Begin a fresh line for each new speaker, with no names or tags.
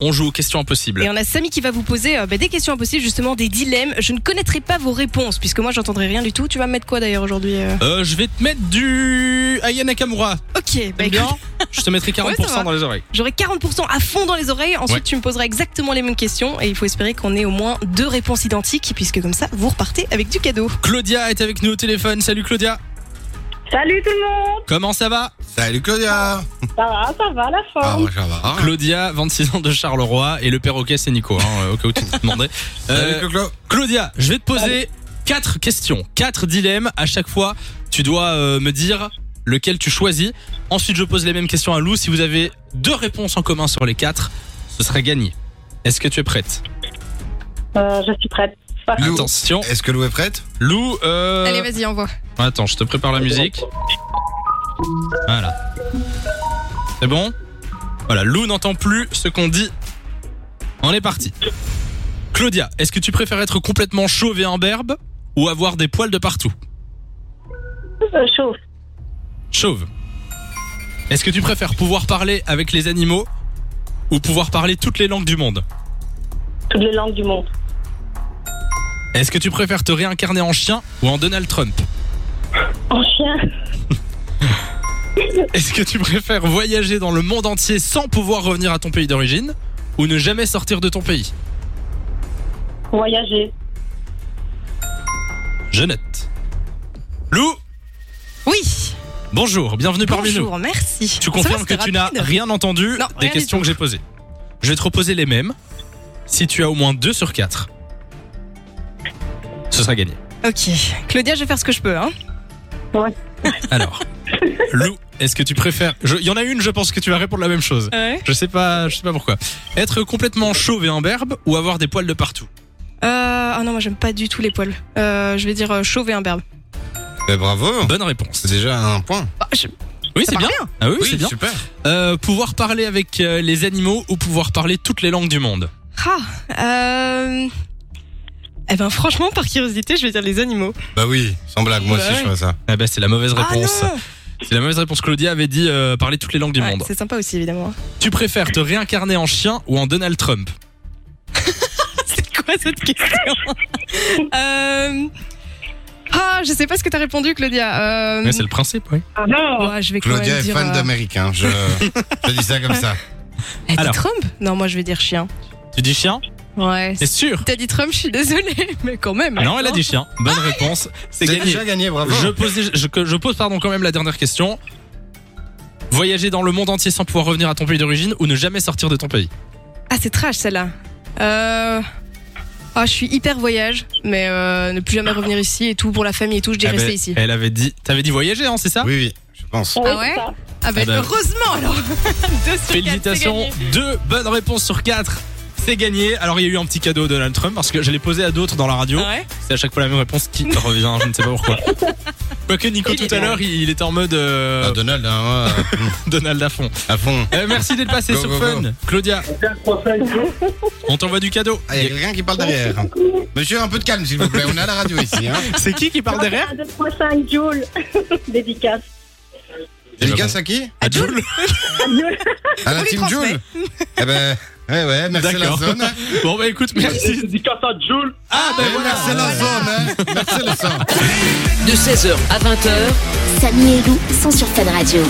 On joue aux questions impossibles.
Et on a Samy qui va vous poser euh, bah, des questions impossibles, justement, des dilemmes. Je ne connaîtrai pas vos réponses, puisque moi, j'entendrai rien du tout. Tu vas me mettre quoi d'ailleurs aujourd'hui euh
Euh, je vais te mettre du Aya Nakamura.
Ok, bah
T'aimes bien
écoute,
Je te mettrai 40%
Ouais, ça va.
dans les oreilles.
j'aurai 40% à fond dans les oreilles. Ensuite,
Ouais.
tu me poseras exactement les mêmes questions. Et il faut espérer qu'on ait au moins deux réponses identiques, puisque comme ça, vous repartez avec du cadeau.
Claudia est avec nous au téléphone. Salut Claudia.
Salut tout le monde
Comment ça va
Salut
Ah,
Claudia
Ça va, ça va la
Ah
forme
bah, ça va.
Claudia, 26 ans de Charleroi. Et le perroquet, c'est Nico, hein, au cas où tu te demandais. Euh,
Salut Clo-Clo.
Claudia, je vais te poser quatre questions, quatre dilemmes. À chaque fois, tu dois euh, me dire lequel tu choisis. Ensuite, je pose les mêmes questions à Lou. Si vous avez deux réponses en commun sur les quatre, ce sera gagné. Est-ce que tu es prête
Euh, Je suis prête.
Lou.
Attention,
Est-ce que Lou est prête
Lou. euh,
Allez, vas-y, envoie.
Attends, je te prépare la musique. Voilà. C'est bon Voilà, Lou n'entend plus ce qu'on dit. On est parti. Claudia, est-ce que tu préfères être complètement chauve et imberbe ou avoir des poils de partout
Euh, chauffe.
Chauve. Est-ce que tu préfères pouvoir parler avec les animaux ou pouvoir parler toutes les langues du monde
Toutes les langues du monde.
Est-ce que tu préfères te réincarner en chien ou en Donald Trump
En chien.
Est-ce que tu préfères voyager dans le monde entier sans pouvoir revenir à ton pays d'origine ou ne jamais sortir de ton pays
Voyager.
Je note. Lou,
Oui,
bonjour, bienvenue parmi nous.
bonjour, merci.
Tu
Ça va,
confirmes que
c'était
tu n'as
rapide
rien entendu
Non,
des
rien du
questions
tout.
que j'ai posées. Je vais te reposer les mêmes. Si tu as au moins 2 sur 4, ce sera gagné.
Ok, Claudia, je vais faire ce que je peux. Hein.
Alors, Lou, est-ce que tu préfères Je- Il y en a une, je pense que tu vas répondre la même chose. Je sais pas, je sais pas pourquoi. Être complètement chauve et imberbe ou avoir des poils de partout.
Euh, ah non, moi, j'aime pas du tout les poils. Euh, je vais dire euh, chauve et imberbe.
Eh, Bravo
Bonne réponse.
C'est déjà un point.
Ah, je-
Oui,
ça
c'est
part
bien. Ah oui, c'est bien.
super.
Euh, pouvoir parler avec euh, les animaux ou pouvoir parler toutes les langues du monde.
Ah, euh... Eh ben franchement, par curiosité, je vais dire les animaux.
Bah oui, sans blague, moi
Bah
aussi
ouais.
je ferais ça.
Ah bah c'est la mauvaise réponse.
Ah
c'est la mauvaise réponse. Claudia avait dit euh, parler toutes les langues du
non Ouais,
monde.
C'est sympa aussi, évidemment.
Tu préfères te réincarner en chien ou en Donald Trump
C'est quoi cette question euh... Ah, je sais pas ce que t'as répondu, Claudia. Euh...
Ouais, C'est le principe, oui.
Ah non
ouais, je vais quand
Claudia
même
est
dire,
fan
euh,
d'américain, je... je dis ça comme ça.
eh, t'as
Alors.
Trump Non, moi je vais dire chien.
Tu dis chien
Ouais.
C'est sûr
T'as dit Trump, je suis désolée, mais quand même.
Non, elle a dit chien.
Ah,
Bonne réponse. C'est
T'as
gagné.
déjà gagné, bravo
Je pose, je, que- je pose pardon, quand même la dernière question. Voyager dans le monde entier sans pouvoir revenir à ton pays d'origine ou ne jamais sortir de ton pays
Ah, c'est trash celle-là. Euh... Ah, je suis hyper voyage, mais euh, ne plus jamais revenir ici et tout pour la famille et tout, je dis
Ah ben,
rester ici.
Elle avait dit, t'avais dit voyager, hein, c'est ça
Oui, oui, je pense.
Oui,
Ah
c'est
ouais
ça.
Ah bah,
Ah bah.
heureusement alors Deux sur quatre, c'est
Félicitations,
gagné.
deux bonnes réponses sur quatre. C'est gagné. Alors il y a eu un petit cadeau de Donald Trump parce que je l'ai posé à d'autres dans la radio.
Ah Ouais.
C'est à chaque fois la même réponse qui revient. Je ne sais pas pourquoi. Quoique Nico tout à l'heure, il était en mode euh,
Ah, Donald, hein, ouais,
Donald à fond.
à fond.
Euh, merci d'être passé
Go,
sur
go,
Fun,
go.
Claudia. On t'envoie du cadeau.
Ah, y a quelqu'un qui parle derrière. Monsieur, un peu de calme s'il vous plaît, on est à la radio ici. Hein.
C'est qui qui parle derrière
2.5 joules. Dédicace.
Eh ben
Dédicace à qui
Adjoul.
À la
On lui
team
transmet.
Jules Eh ben, ouais, ouais, merci la
D'accord.
zone.
Bon bah écoute, merci.
Dédicace à Jules.
Ah ben
Eh,
voilà.
merci la zone, hein. Merci la zone.
de 16h à 20h.
Samy et Lou sont sur Fan Radio.